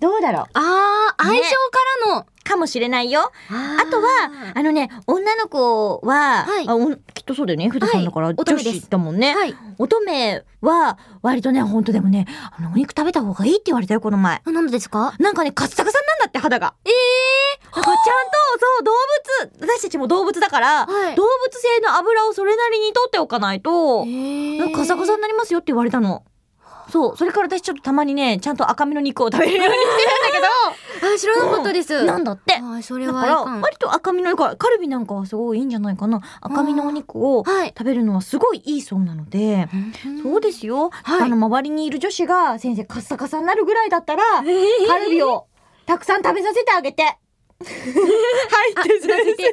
S3: どうだろう
S4: あー、相性からの。
S3: かもしれないよ
S4: あ
S3: あとは、あのね、女の子は、
S4: はい
S3: あおきっとそうだよね。ふださんだから、
S4: はい乙
S3: 女
S4: 女です
S3: 子だもんね。
S4: はい。
S3: 乙女は、割とね、ほんとでもね、あの、お肉食べた方がいいって言われたよ、この前。
S4: 何でですか
S3: なんかね、カッサカサになんだって、肌が。
S4: ええ
S2: だからちゃんと、そう、動物、私たちも動物だから、
S4: はい
S2: 動物性の油をそれなりに取っておかないと、
S4: なん
S2: カサカサになりますよって言われたの。そう、それから私ちょっとたまにね、ちゃんと赤身の肉を食べるようにしてるんだ
S4: あ知らなかったです、
S2: けど、なんだって。
S4: あそれ
S2: だ
S4: は
S2: か
S4: い
S2: ら、
S4: かん
S2: 割と赤身の肉は、カルビなんかはすごいいいんじゃないかな。赤身のお肉を
S4: はい
S2: 食べるのはすごいいいそうなので、そうですよ。あの、周りにいる女子が、先生、カッサカサになるぐらいだったら、カルビを、たくさん食べさせてあげ て。 はい、って先生が。で もね、やっ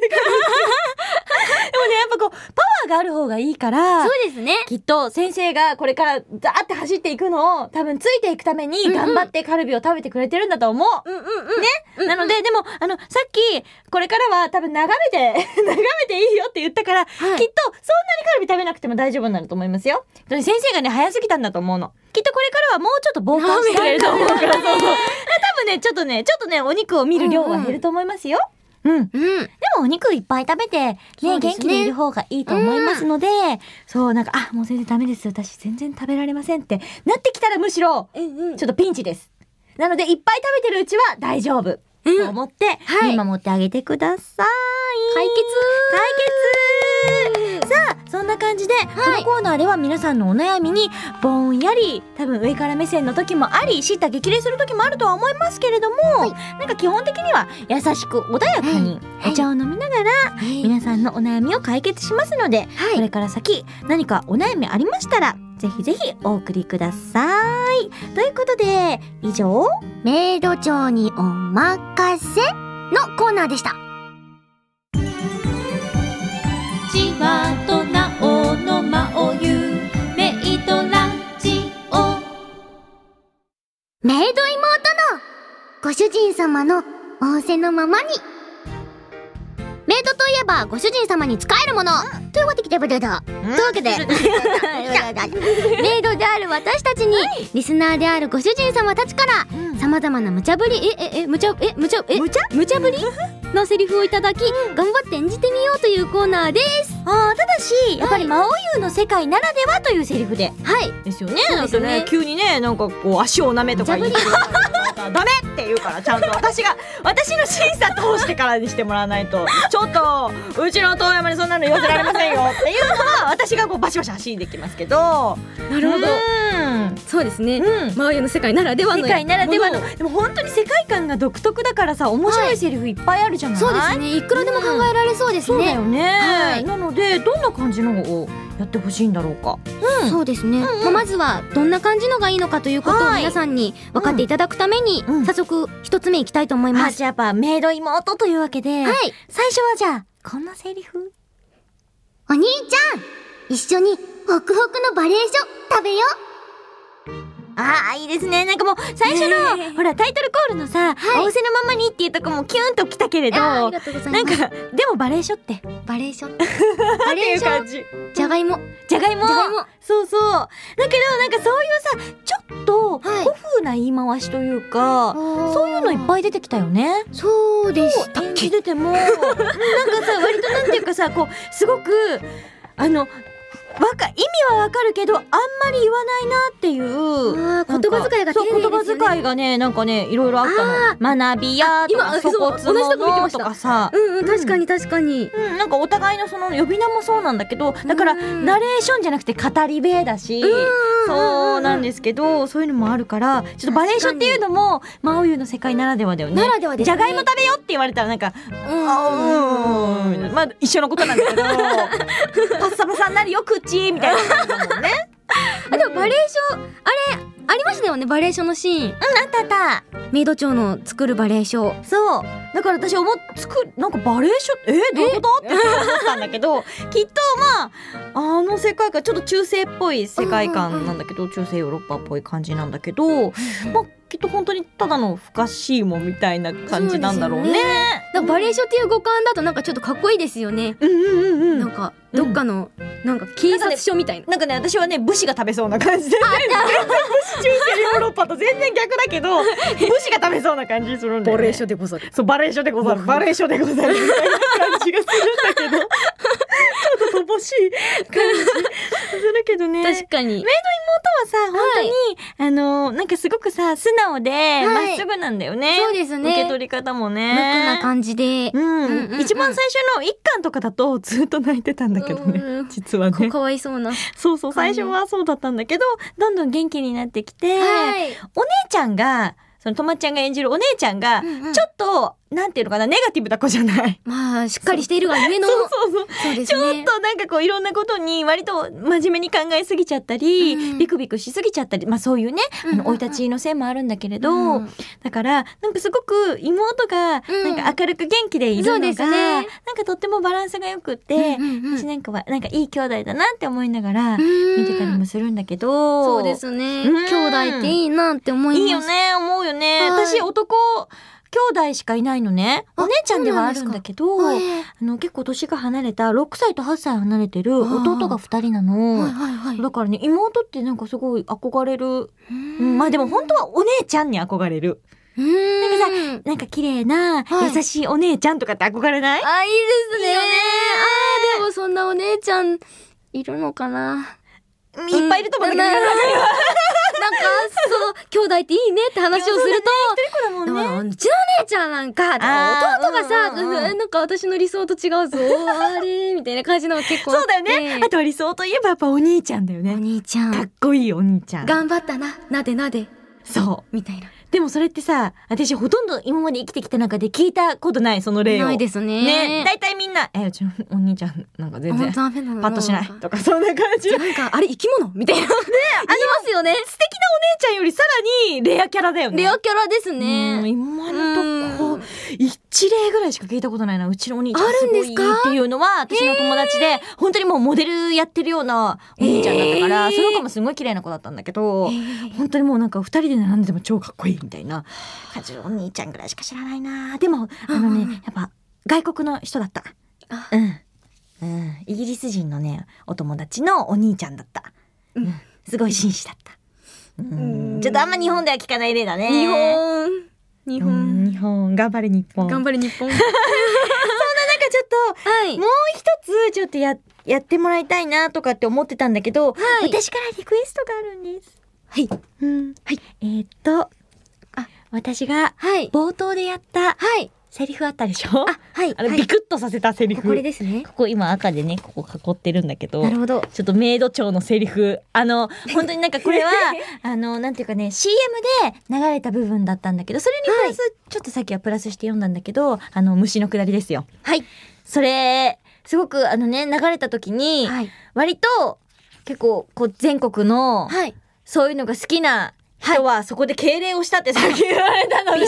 S2: ぱこう、パワーがある方がいいから、
S4: そうですね
S2: きっと先生がこれからザーって走っていくのを多分ついていくために頑張ってカルビを食べてくれてるんだと思う。ね、なので、でも、あの、さっき、これからは多分眺めて、 眺めていいよって言ったから、
S4: はい
S2: きっとそんなにカルビ食べなくても大丈夫になると思いますよ。でも先生がね、早すぎたんだと思うの。きっとこれからはもうちょっと傍観してくれると思うから、そうそう。多 分ね、ちょっとね、ちょっとね、お肉を見る量は減ると思いますよ。うん。
S4: うん
S2: でもお肉いっぱい食べて、ね、
S4: そうで
S2: 元
S4: す
S2: 気
S4: ね
S2: でいる方がいいと思いますので、そう、なんか、あ、もう全然ダメです。私全然食べられませんってなってきたらむしろ、ちょっとピンチです。なので、いっぱい食べてるうちは大丈夫。と思って、
S4: はい
S2: 見守ってあげてください。
S4: 解決
S2: 解決さあそんな感じで、このコーナーでは皆さんのお悩みにぼんやり多分上から目線の時もあり叱咤激励する時もあるとは思いますけれども、なんか基本的には優しく穏やかにお茶を飲みながら皆さんのお悩みを解決しますので、これから先何かお悩みありましたらぜひぜひお送りください。ということで以上
S4: メイド長にお任せのコーナーでした
S3: ちわとなおのまおゆメイドラジオ
S4: メイド妹のご主人様の仰せのままにメイドといえばご主人様に仕えるもの、というわけでブルードというわけ でメイドである私たちに、リスナーであるご主人様たちからさまざまな無茶ぶりえええ無茶え無茶え無茶無茶ぶりのセリフをいただき、頑張って演じてみようというコーナーです
S2: あーただしやっぱり魔王優の世界ならではというセリフで
S4: はい
S2: ですよね
S4: そう
S2: だっ
S4: で
S2: て
S4: すね
S2: ね急にねなんかこう足を舐めとか言ってダメって言うからちゃんと私が私の審査通してからにしてもらわないとちょっとうちの遠山にそんなの寄せられませんよっていうのは私がこうバシバシ走りできますけど
S3: な
S2: な
S3: るほどそうですね
S2: うん
S3: マオユの世界ならではの
S2: 世界ならでは
S3: も
S2: のでも本当に世界観が独特だからさ面白いセリフいっぱいあるじゃない、
S4: そうですねいくらでも考えられそうです
S2: そうだ
S4: ね、
S2: よね、
S4: はい
S2: なのでどんな感じのをやってほしいんだろうか
S4: そうですね、まあまずはどんな感じのがいいのかということを
S2: はい
S4: 皆さんに分かっていただくために、
S2: うん
S4: 早速一つ目いきたいと思いま
S2: あ
S4: す、
S2: じゃあやっぱメイド妹というわけで、
S4: はい
S2: 最初はじゃあこんなセリフ
S4: お兄ちゃん一緒にホクホクのバレエショ食べよ
S2: ああいいですねなんかもう最初の、ほらタイトルコールのさ「仰せのままに」っていうとこもキュンときたけれ
S4: う
S2: どな
S4: あーあ
S2: んか
S4: りがとうございます
S2: でもバレーショって
S4: バレエ ショバレエショ
S2: じ
S4: じゃがいも
S2: じゃがいも
S4: じゃがいも
S2: そうそうだけどなんかそういうさちょっと
S4: はい
S2: 古風な言い回しというか、そういうのいっぱい出てきたよね。
S4: そうでした
S2: 演じててもなんかさ割となんていうかさこうすごくあのわか意味はわかるけどあんまり言わないなっていう。
S4: あー言葉遣いが丁
S2: そう
S4: 寧ですよね
S2: 言葉遣いがねなんかねいろいろあったの学びやと
S3: あ
S2: か
S3: 今
S2: そこつ
S3: そう同じとこ見て
S2: の
S3: まし
S2: と
S3: た
S2: かさ、
S3: うんうん確かに確かに
S2: うん、なんかお互いのその呼び名もそうなんだけどだから
S4: うん
S2: ナレーションじゃなくて語り部だしそうなんですけどそういうのもあるからちょっとバレーションっていうのも真央優の世界ならではだよね。
S4: ならではです
S2: じ
S4: ね
S2: ゃがいも食べよって言われたらなんかあうーんまあ一緒のことなんだけどパッサパサになるよ口みたいな感じだもんね。
S4: あでもバレエショあれありましたよねバレエショのシー
S2: あ
S4: ン
S2: ったあっ
S4: メイド長の作るバレエショ
S2: たそうだから私思っつくなんかバレーショえー、どういうことって思ったんだけ どきっとまああの世界観ちょっと中世っぽい世界観なんだけど中世ヨーロッパっぽい感じなんだけど、まあきっと本当にただの不可思議もみたいな感じなんだろうね。
S4: なんかバレエショっていう語感だとなんかちょっとかっこいいですよね、
S2: うんうんうんう
S4: なん
S2: ん
S4: かどっかの、なんか警察署みたいな
S2: なんかね私はね武士が食べそうな感じで全然武士中世ヨーロッパと全然逆だけど武士が食べそうな感じするんだよ、ね、
S3: バレエショでござる
S2: そうバレーショでござるバレーショでござるみたいな感じがするんだけどちょっと乏しい感じするけどね
S4: 確かに
S2: さ、本当に、あの、なんかすごくさ、素直で、ま、
S4: はい
S2: っすぐなんだよね。
S4: そうですね
S2: 受け取り方も
S4: ロックな
S2: ね。
S4: 感じで
S2: う。ん、
S4: うんうん
S2: 一番最初の一巻とかだと、ずっと泣いてたんだけどね。
S4: うん
S2: 実は
S4: か
S2: ね。
S4: かわいそうな。は
S2: そうそう、
S4: かわ
S2: 最
S4: いい
S2: 初はそうだったんだけど、どんどん元気になってきて、
S4: い。
S2: お姉ちゃんが、そのとまちゃんが演じるお姉ちゃんが、
S4: うんうん
S2: ちょっと、なんていうのかな、ネガティブな子じゃない。
S4: まあ、しっかりしているがゆえの。
S2: そうそうそう。
S4: そうです
S2: ちょっ
S4: ね。
S2: となんかこういろんなことに割と真面目に考えすぎちゃったり、
S4: うん
S2: ビクビクしすぎちゃったり、まあそういうね、あ
S4: うんうん
S2: の、
S4: うん
S2: 生い立ちのせいもあるんだけれど、
S4: うん
S2: だから、なんかすごく妹が、
S4: うん
S2: なんか明るく元気でいるのが、
S4: そうですね
S2: なんかとってもバランスが良くって、
S4: うんうんうん
S2: 私なんかは、なんかいい兄弟だなって思いながら、見てたり
S4: うん
S2: もするんだけど、
S4: そうですね。
S2: うん
S4: 兄弟っていいなって思います。
S2: いいよね、思うよね。
S4: はい
S2: 私、男、兄弟しかいないのね。
S4: あ
S2: お姉ちゃんではあるんだけど、
S4: はい。
S2: あの、結構年が離れた、6歳と8歳離れてる弟が2人な
S4: はい
S2: の。
S4: はいはい。
S2: だからね、妹ってなんかすごい憧れる。
S4: う
S2: うんんまあでも本当はお姉ちゃんに憧れる。
S4: うん。なんか
S2: なんか綺麗な、
S4: はい
S2: 優しいお姉ちゃんとかって憧れない
S4: さ、あ、いいですね。ああー、でもそんなお姉ちゃん、いるのかな。
S2: うんいっぱいいると思うんだけど。
S4: うんなんか、そう、兄弟っていいねって話をする
S2: そうだも
S4: と、
S2: んね。
S4: でもうちのお姉ちゃんなんか、
S2: あー
S4: 弟がさ、
S2: うんうんうん
S4: うんなんか私の理想と違うぞ、あれ、みたいな感じのが結構あって。
S2: そうだよね。あとは理想といえばやっぱお兄ちゃんだよ
S4: お
S2: ね。
S4: 兄ちゃ
S2: かっ
S4: ん、
S2: こいいお兄ちゃん。
S4: 頑張ったな、なでなで、
S2: そう。
S4: みたいな。
S2: でもそれってさ、私ほとんど今まで生きてきた中で聞いたことない、その例を。
S4: ないですね。
S2: ね。大体みんな、え、うちのお兄ちゃんなんか全
S4: あ
S2: 然
S4: ダメなの
S2: パッとしないとか、そんな感 じ。お姉
S4: なんか、あれ生き物みたいな。ね、ありますよね。
S2: ちゃんよりさらにレアキャラだよね。
S4: レアキャラです
S2: う
S4: ね
S2: ん。今のと
S4: う
S2: こ、一例ぐらいしか聞いたことないな。うちのお兄ちゃん
S4: あ
S2: す
S4: るん
S2: ごい
S4: で
S2: い
S4: す
S2: いっ
S4: か
S2: ていうのは、私の友達で、本当にもうモデルやってるようなお兄ちゃんだったから、
S4: へー
S2: その子もすごい綺麗な子だったんだけど
S4: え、ー
S2: 本当にもうなんか二人で並んでても超かっこいいみたいな感じのお兄ちゃんぐらいしか知らないなでもあの
S4: うんう
S2: ね、
S4: ん
S2: やっぱ外国の人だった
S4: あ
S2: うん、うん、イギリス人のねお友達のお兄ちゃんだった、
S4: うん
S2: うんすごい紳士だった、うんちょっとあんま日本では聞かない例だね
S4: 日本。日
S2: うん
S4: 本。
S2: 日本頑張れ日本
S4: 頑張れ日 本。は
S2: なんかちょっと
S4: い
S2: も。う一つちょっとややってもらいたいなとかって思ってたんだけど、
S4: はい
S2: 私からリクエストがあるんです。
S4: はい。
S2: うん。はい。えーっと、あ、私が
S4: はい。
S2: 冒頭でやった
S4: はい。
S2: セリフあったでしょあ
S4: はい。
S2: の、
S4: はい
S2: ビクッとさせたセリフ。
S4: これですね。
S2: ここ今赤でね、ここ囲ってるんだけど
S4: な。るほど。
S2: ちょっとメイド長のセリフ。あ の、本当になんかこれ は、あの、なんていうかね、CM で流れた部分だったんだけど、それにプラス、ちょっとさっきはプラスして読んだんだけど、あの、虫のくだりですよ。
S4: はい。
S2: それ、すごくあのね、流れた時に、
S4: はい。
S2: 割と、結構、こう、全国の、
S4: はい。
S2: そういうのが好きな人は、そこで敬礼をしたってさっき言われたので、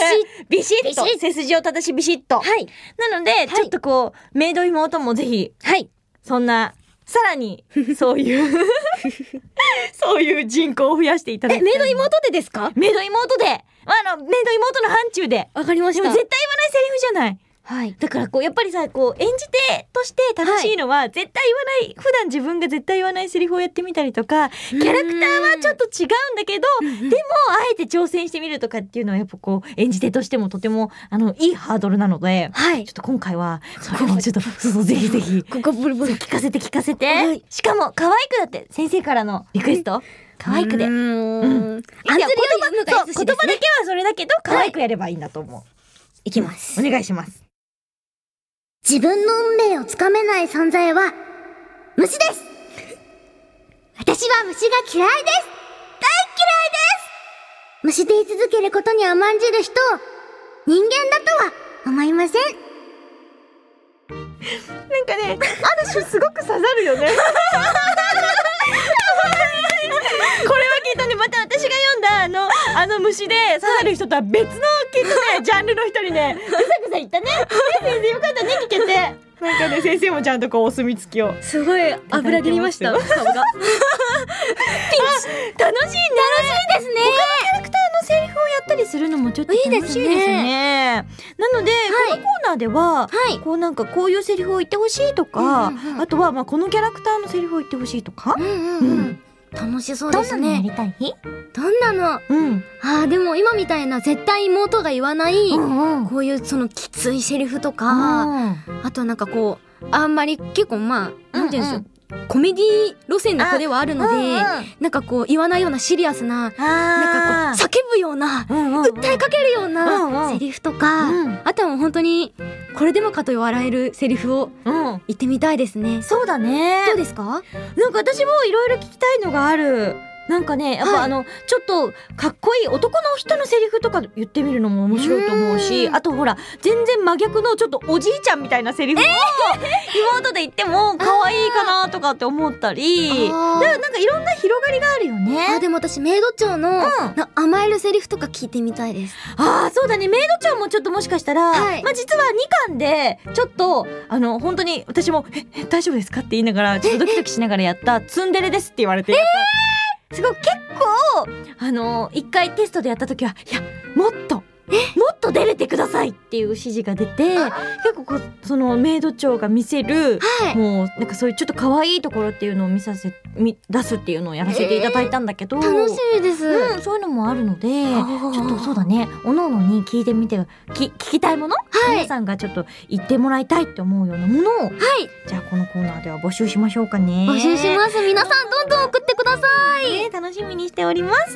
S4: ビシ
S2: ビシッ
S4: ビシ
S2: と、
S4: ッ
S2: 背筋を正しビシッと。
S4: はい。
S2: なので、ちょっとこう、メイド妹もぜひ、
S4: はい。
S2: そんな、さら に、そういう、そういう人口を増やしていただき
S4: え、
S2: たい
S4: メイド妹でですか
S2: メイド妹で、まあ、あの、メイド妹の範疇で。
S4: わかりま
S2: で
S4: し
S2: も絶対言わな
S4: た
S2: い。セリフじゃない。
S4: はい。
S2: だからこうやっぱりさこう演じ手として楽しいのは、絶対言わない普段自分が絶対言わないセリフをやってみたりとかキャラクターはちょっと違うんだけどでもあえて挑戦してみるとかっていうのはやっぱこう演じ手としてもとてもあのいいハードルなので
S4: はい
S2: ちょっ。と今回はそれをちょっとそうそうぜひぜひ
S4: ここブルブル。
S2: 聞かせて聞かせて、
S4: はい
S2: しかも可愛くだって先生からのリクエスト可愛くで。
S4: う
S2: い
S4: ー
S2: うん
S4: ん。アンズリより産む
S2: や
S4: が
S2: そう言葉
S4: 優し
S2: だけ
S4: ですね。
S2: はそれだけど可愛くやればいいんだと思う、
S4: いきます。
S2: お願いします
S4: 自分の運命をつかめない存在は、虫です私は虫が嫌いです大嫌いです虫で居続けることに甘んじる人を、人間だとは思いません
S2: なんかね、ある種すごく刺さる よね。これは聞いたね、また私が読んだあの、あの虫で刺さる人とは別のきっとね、ジャンルの人にね、ぐさぐさ言ったね。ね先生よかったね、聞けて。なんかね、先生もちゃんとこうお墨付きを。楽し
S4: すごい油切りました、
S2: いた
S4: 顔が。
S2: いね。楽しいですね。他のキャラクターのセリフをやったりするのもちょっと楽しいですね。
S4: いいです
S2: なので、
S4: い
S2: このコーナーでは、
S4: はい。
S2: こうなんかこういうセリフを言ってほしいとか、
S4: うんうんうん
S2: あとはまあこのキャラクターのセリフを言ってほしいとか、
S4: うん
S2: うんう
S4: 楽しそうですね。
S2: りたい
S4: どんなの
S2: うん、
S4: ああ、でも今みたいな絶対妹が言わない、
S2: うん
S4: こういうそのきついセリフとか、
S2: あ
S4: あとはなんかこうあんまり結構まあなんて言うんでしょう、コメディ路線の子ではあるので、なんかこう言わないようなシリアスななんかこう叫ぶような、訴えかけるようなセリフとか、あとはもう本当にこれでもかと笑えるセリフを言ってみたいですね。
S2: そうだね
S4: どうですか
S2: なんか私もいろいろ聞きたいのがある。なんかね、やっぱあの、ちょっとかっこいい男の人のセリフとか言ってみるのも面白いと思うし、あとほら、全然真逆のちょっとおじいちゃんみたいなセリフを、妹で言っても可愛いかなとかって思ったり、だ
S4: あー
S2: からなんかいろんな広がりがあるよ
S4: あ
S2: ね。
S4: でも私メイド長の、な甘えるセリフとか聞いてみたいです。
S2: ああ、そうだね、メイド長もちょっともしかしたら、
S4: はい
S2: まあ実は2巻で、ちょっと、あの、本当に私も、え、え大丈夫ですかって言いながら、ちょっとドキドキしながらやった、ツンデレですって言われてやったすごい結構あの一回テストでやった時はいやもっともっと出れてくださいっていう指示が出て結構こうそのメイド長が見せる、
S4: はい
S2: もうなんかそういうちょっと可愛いところっていうのを見させ見出すっていうのをやらせていただいたんだけど、
S4: 楽しみです。
S2: うん、そういうのもあるのでちょっとそうだねおのおのに聞いてみてき聞きたいもの、皆さんがちょっと言ってもらいたいって思うようなものを、じゃあこのコーナーでは募集しましょうかね。
S4: 募集します。皆さんどんどん送ってください。
S2: ね楽しみにしております。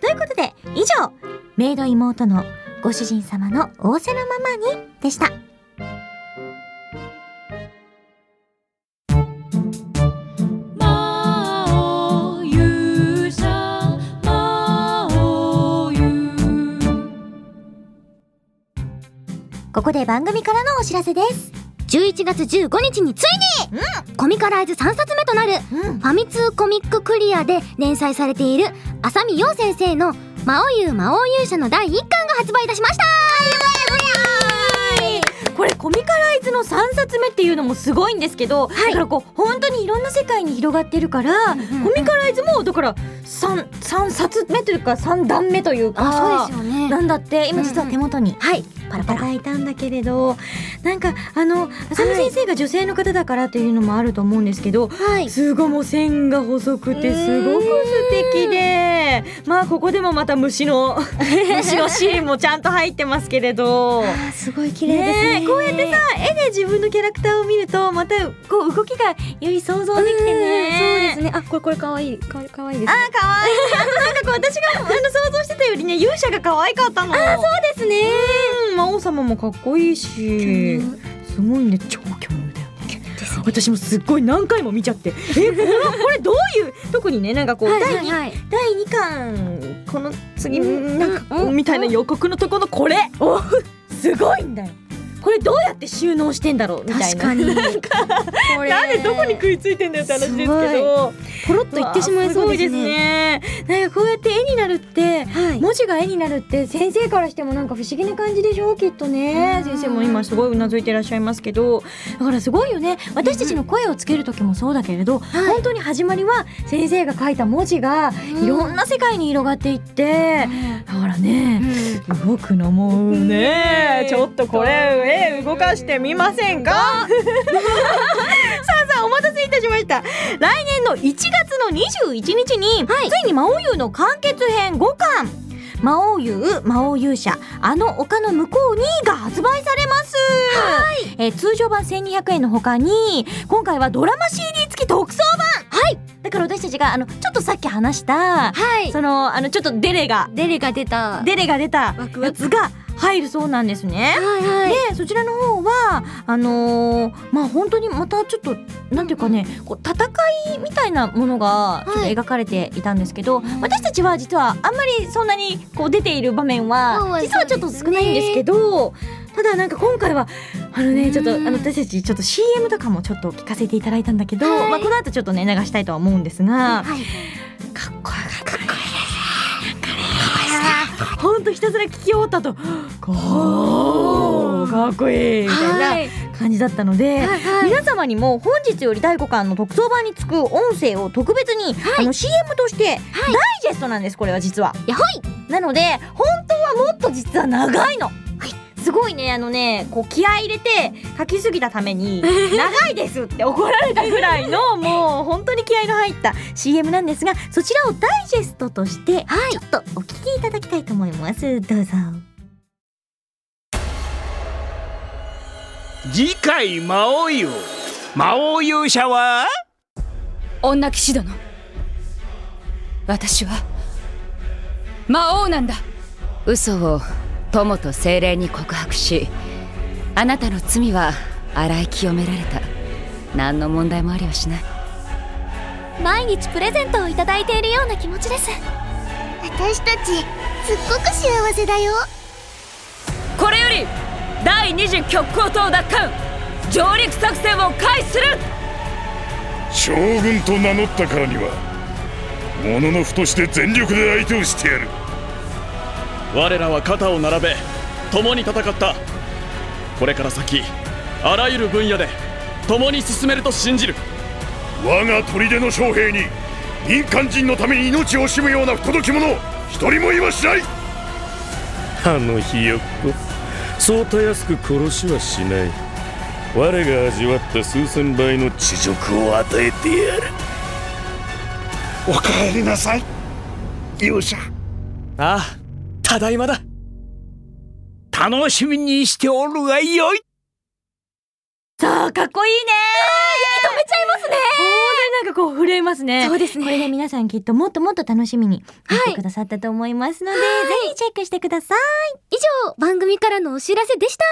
S2: ということで、以上、メイド妹のご主人様の仰せのままにでした。ここで番組からのお知らせです。
S4: 11月15日についに、コミカライズ3冊目となる、ファミ通コミッククリアで連載されている浅見陽先生の「魔王優魔王勇者」の第1巻が発売いたしました
S2: これコミカライズの3冊目っていうのもすごいんですけど、だからこう本当にいろんな世界に広がってるから、コミカライズもだから 3, 3冊目というか3段目というか
S4: よね
S2: なんだって今実は手元に、はいパラパラいただいたんだけれどなんかあの浅見先生が女性の方だからというのもあると思うんですけど、
S4: はい
S2: すごいもう線が細くてすごく素敵でまあここでもまた虫 の虫のシーンもちゃんと入ってますけれど。
S4: すごい綺
S2: ねえこうやってさ絵で自分のキャラクターを見るとまたこう動きがより想像できてね。
S4: そうですねあこれこれかわいいかわいかわいいで
S2: あー可愛いあのなんかこう私があの想像してたよりね勇者が可愛かったの。あそうですね。魔王様もかっこいいし、すごいね超巨乳だよね。私もすっごい何回も見ちゃって、えこのこれどういう特にねなんかこう、
S4: はい
S2: 第
S4: は
S2: 二
S4: いはい
S2: 第二巻この次なんかみたいな予告のとこのこれすごいんだよこれどうやって収納してんだろうみたいな
S4: 確かに
S2: なんかなんでどこに食いついてんだよって話ですけどポロッと
S4: 言ってしまいそうです
S2: ねなんかこうやって絵になるって
S4: はい
S2: 文字が絵になるって先生からしてもなんか不思議な感じでしょうきっとね先生も今すごいうなずいてらっしゃいますけどだからすごいよね私たちの声をつける時もそうだけれど、本当に始まりは先生が書いた文字がいろんな世界に広がっていって、だからね、動くのもね、ちょっとこれ絵動かしてみませんかさあさあお待たせいたしました来年の1月の21日に、ついに魔王優の完結編5巻魔王優魔王勇者あの丘の向こうにが発売されますえー通常版1200円のほかに今回はドラマ CD 付き特装版はいだから私たちがあのちょっとさっき話した、
S4: はい
S2: そのあのちょっとデレが
S4: デレが出た
S2: デレが出た
S4: クワ
S2: や
S4: ク
S2: つが入るそうなんですね。
S4: はいはい
S2: でそちらの方はあのーまあ本当にまたちょっとなんていうかねこう戦いみたいなものがちょっと
S4: はい
S2: 描かれていたんですけど、私たちは実はあんまりそんなにこう出ている場面
S4: そう
S2: は
S4: ですね
S2: 実はちょっと少ないんですけど。ただなんか今回はあのねちょっとあ
S4: うん
S2: の私たちちょっと CM とかもちょっと聞かせていただいたんだけど、
S4: はい
S2: まあこの後ちょっとね流したいとは思うんですが、
S4: はい
S2: かっこよかった。本当ひたすら聞き終わったと、こうかっこいいみた
S4: はいい
S2: な感じだったので、
S4: はいはい
S2: 皆様にも本日より第5巻の特装版につく音声を特別に、あの CM として、ダイジェストなんですこれは実は。
S4: やはり
S2: なので本当はもっと実は長いの。すごいねあのねこう気合い入れて書きすぎたため に長いですって怒られたぐらいのもう本当に気合いが入った CM なんですがそちらをダイジェストとしてちょっとお聞きいただきたいと思いますどうぞ
S5: 次回魔王よ魔王勇者は
S6: 女騎士殿私は魔王なんだ嘘を友と精霊に告白しあなたの罪は洗い清められた何の問題もありはしない
S4: 毎日プレゼントをいただいているような気持ちです
S11: 私たちすっごく幸せだよ
S12: これより第二次極光島奪還上陸作戦を開始する
S5: 将軍と名乗ったからにはもののふとして全力で相手をしてやる
S13: 我らは肩を並べ共に戦ったこれから先あらゆる分野で共に進めると信じる
S5: 我が砦の将兵に民間人のために命を惜しむような不届き者一人もいはしない
S14: あのひよっこそうたやすく殺しはしない我が味わった数千倍の恥辱を与えてやる
S15: おかえりなさい勇者
S8: ああただいまだ
S16: 楽しみにしておるがよい
S3: さあかっこいいね
S2: 止めちゃいますね
S3: なんかこう震えますね
S2: そうですね
S3: これで皆さんきっともっともっと楽しみに見てくださったと思いますので、ぜひチェックしてください
S4: 以上番組からのお知らせでした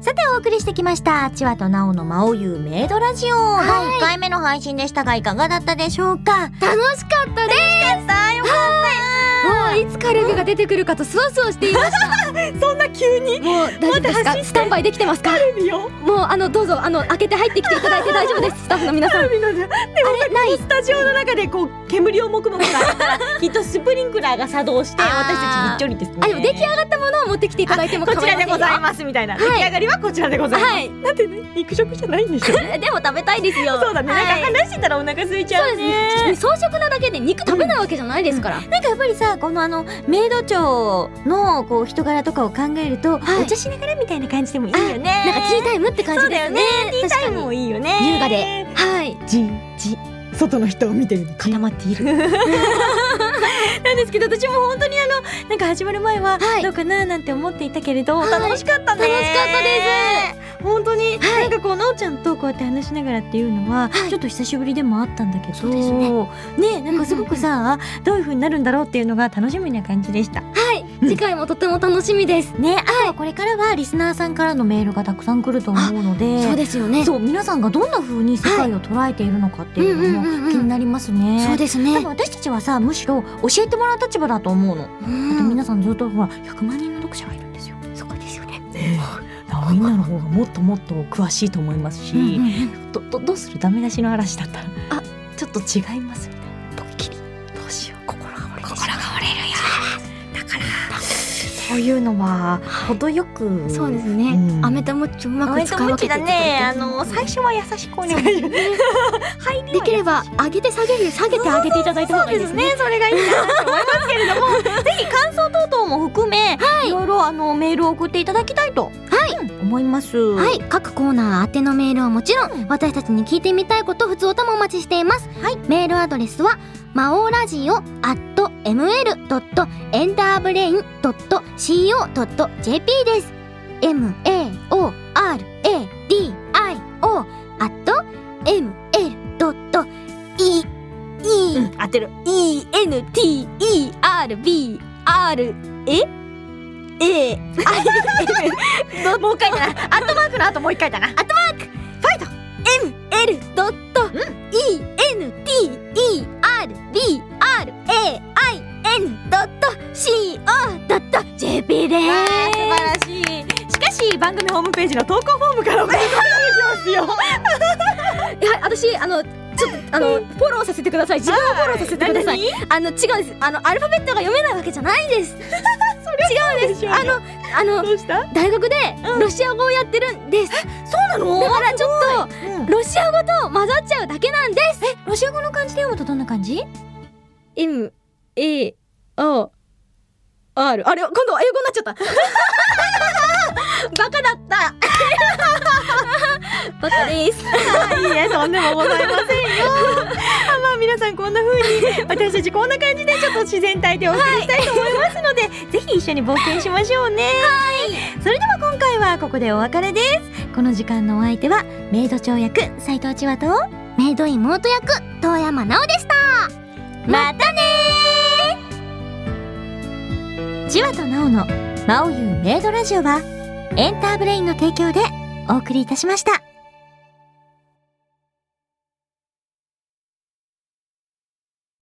S2: さてお送りしてきました千和と奈緒の魔王優メイドラジオ、
S4: はい
S2: 第1回目の配信でしたがいかがだったでしょうか
S4: 楽しかったです
S2: やったよか
S4: もういつカルビが出てくるかとスワスワしていま した
S2: ったそんな急に
S4: もう大丈夫ですかスタンバイできてますか
S2: いいよ
S4: もうあのどうぞあの開けて入ってきていただいて大丈夫 ですスタッフの皆さん
S2: みんなででもさこのスタジオの中でこう煙をもくもくが あったらきっとスプリンクラーが作動して私たちびっちょりですね
S4: あでも出来上がったものを持ってきていただいても
S2: こちらでござい
S4: す
S2: ますみたいな、
S4: はい
S2: 出来上がりはこちらでございます、
S4: はい
S2: だってね肉食じゃないんでしょ
S4: でも食べたいですよ
S2: そうだね、
S4: はい
S2: なんか話してたらお腹空いちゃ
S4: そう
S2: う
S4: で
S2: ね
S4: すね装飾なだけで肉食べないわけじゃないですから、
S3: なんかやっぱりさこのあのメイド長のこう人柄とかを考える
S4: は
S3: と、
S4: い
S3: お茶しながらみたいな感じでもいいよね
S4: なんかティータイムって感
S2: そ
S4: じ
S2: うだ
S4: です
S2: よね
S4: ね
S2: ティータイムも
S4: い
S2: いいよね
S4: 優雅ではい
S2: じじ外の人を見てる固まっている
S3: なんですけど私も本当にあのなんか始まる前は
S4: はい
S3: どうかななんて思っていたけれど、
S4: はい
S3: 楽しかっ
S4: 楽しか
S3: たね
S4: ったで
S3: った本当に、
S4: はい
S3: なんかこうなおちゃんとこうやって話しながらっていうのは、ちょっと久しぶりでもあったんだけど
S4: そうですね
S3: ねなんかすごくさ、どういう風になるんだろうっていうのが楽しみな感じでした
S4: すはい、次回もとても楽しみです
S3: ねあとはこれからはリスナーさんからのメールがたくさん来ると思うので
S4: そうですよね
S3: そう皆さんがどんな風に世界を捉えているのかっていうの
S4: うんうんうんう
S3: も
S4: ん
S3: 気になりますね。
S4: そうです
S3: 多
S4: ね
S3: 分私たちはさむしろ教えてもらう立場だと思うの。だ
S4: う
S3: って
S4: ん
S3: 皆さんずっとほら100万人の読者がいるんですよ。
S4: そこですよね
S3: みんなの方がもっともっと詳しいと思いますし、
S4: うんうんうん
S3: どどどうするダメ出しの嵐だったらあちょっと違いますみたいなドッキリどうしよう心が折れ心が折れるよだからそういうのは程よく
S4: そうですね、
S3: うん
S4: アメとムッチをうま
S3: アメ
S4: く
S3: と
S4: 使い
S3: ム
S4: 分
S3: ッ
S4: けて
S3: チ
S4: いた
S3: だ
S4: だいて
S3: ねあの最初は優しくお願いします
S4: できれば上げて下げる下げて上げていただいた方がいいですね
S3: それがいいかなと思いますけれどもぜひ感想等々も含め、い、ろいろあのメールを送っていただきたいと、うん思います
S4: は、
S3: はい
S4: 各コーナー宛てのメールはもちろん、私たちに聞いてみたいこと、普通歌もお待ちしています。メールアドレスは、魔王ラジオ at ml.enterbrain.co.jp です。m-a-o-r-a-d-i-o at ml.e e
S3: 当てる
S4: E N T E R B R え A I M もう一回だな。アットマークの後もう一回だな。アットマークファイト M L ドット E N T E R B R A I N ドット C O ドット J P です。
S3: 素晴らしいしかし番組ホームページの投稿フォームからお願いしますよ
S4: いや私あのちょっとあのフォローさせてください自分をフォローさせてくださいあの違うんですあのアルファベットが読めないわけじゃないん です違うんですあのあの
S3: どうした
S4: 大学でロシア語をやってるんです、そうなのだからちょっ
S3: う
S4: とロシア語と混ざっちゃうだけなんです
S3: ロシア語の漢字で読むとどんな感じ
S4: M A O R あれ今度は英語になっち ゃったバカだったバカです
S3: いいえそんなもございませんよあまあ皆さんこんな風に私たちこんな感じでちょっと自然体でお送りしたいと思いますので、ぜひ一緒に冒険しましょうねはいそれでは今回はここでお別れですこの時間のお相手はメイド長役斉藤千和と
S17: メイド妹役遠山奈緒でしたまたね
S3: ジワとナオの「まおゆうメイドラジオは」エンターブレインの提供でお送りいたしました。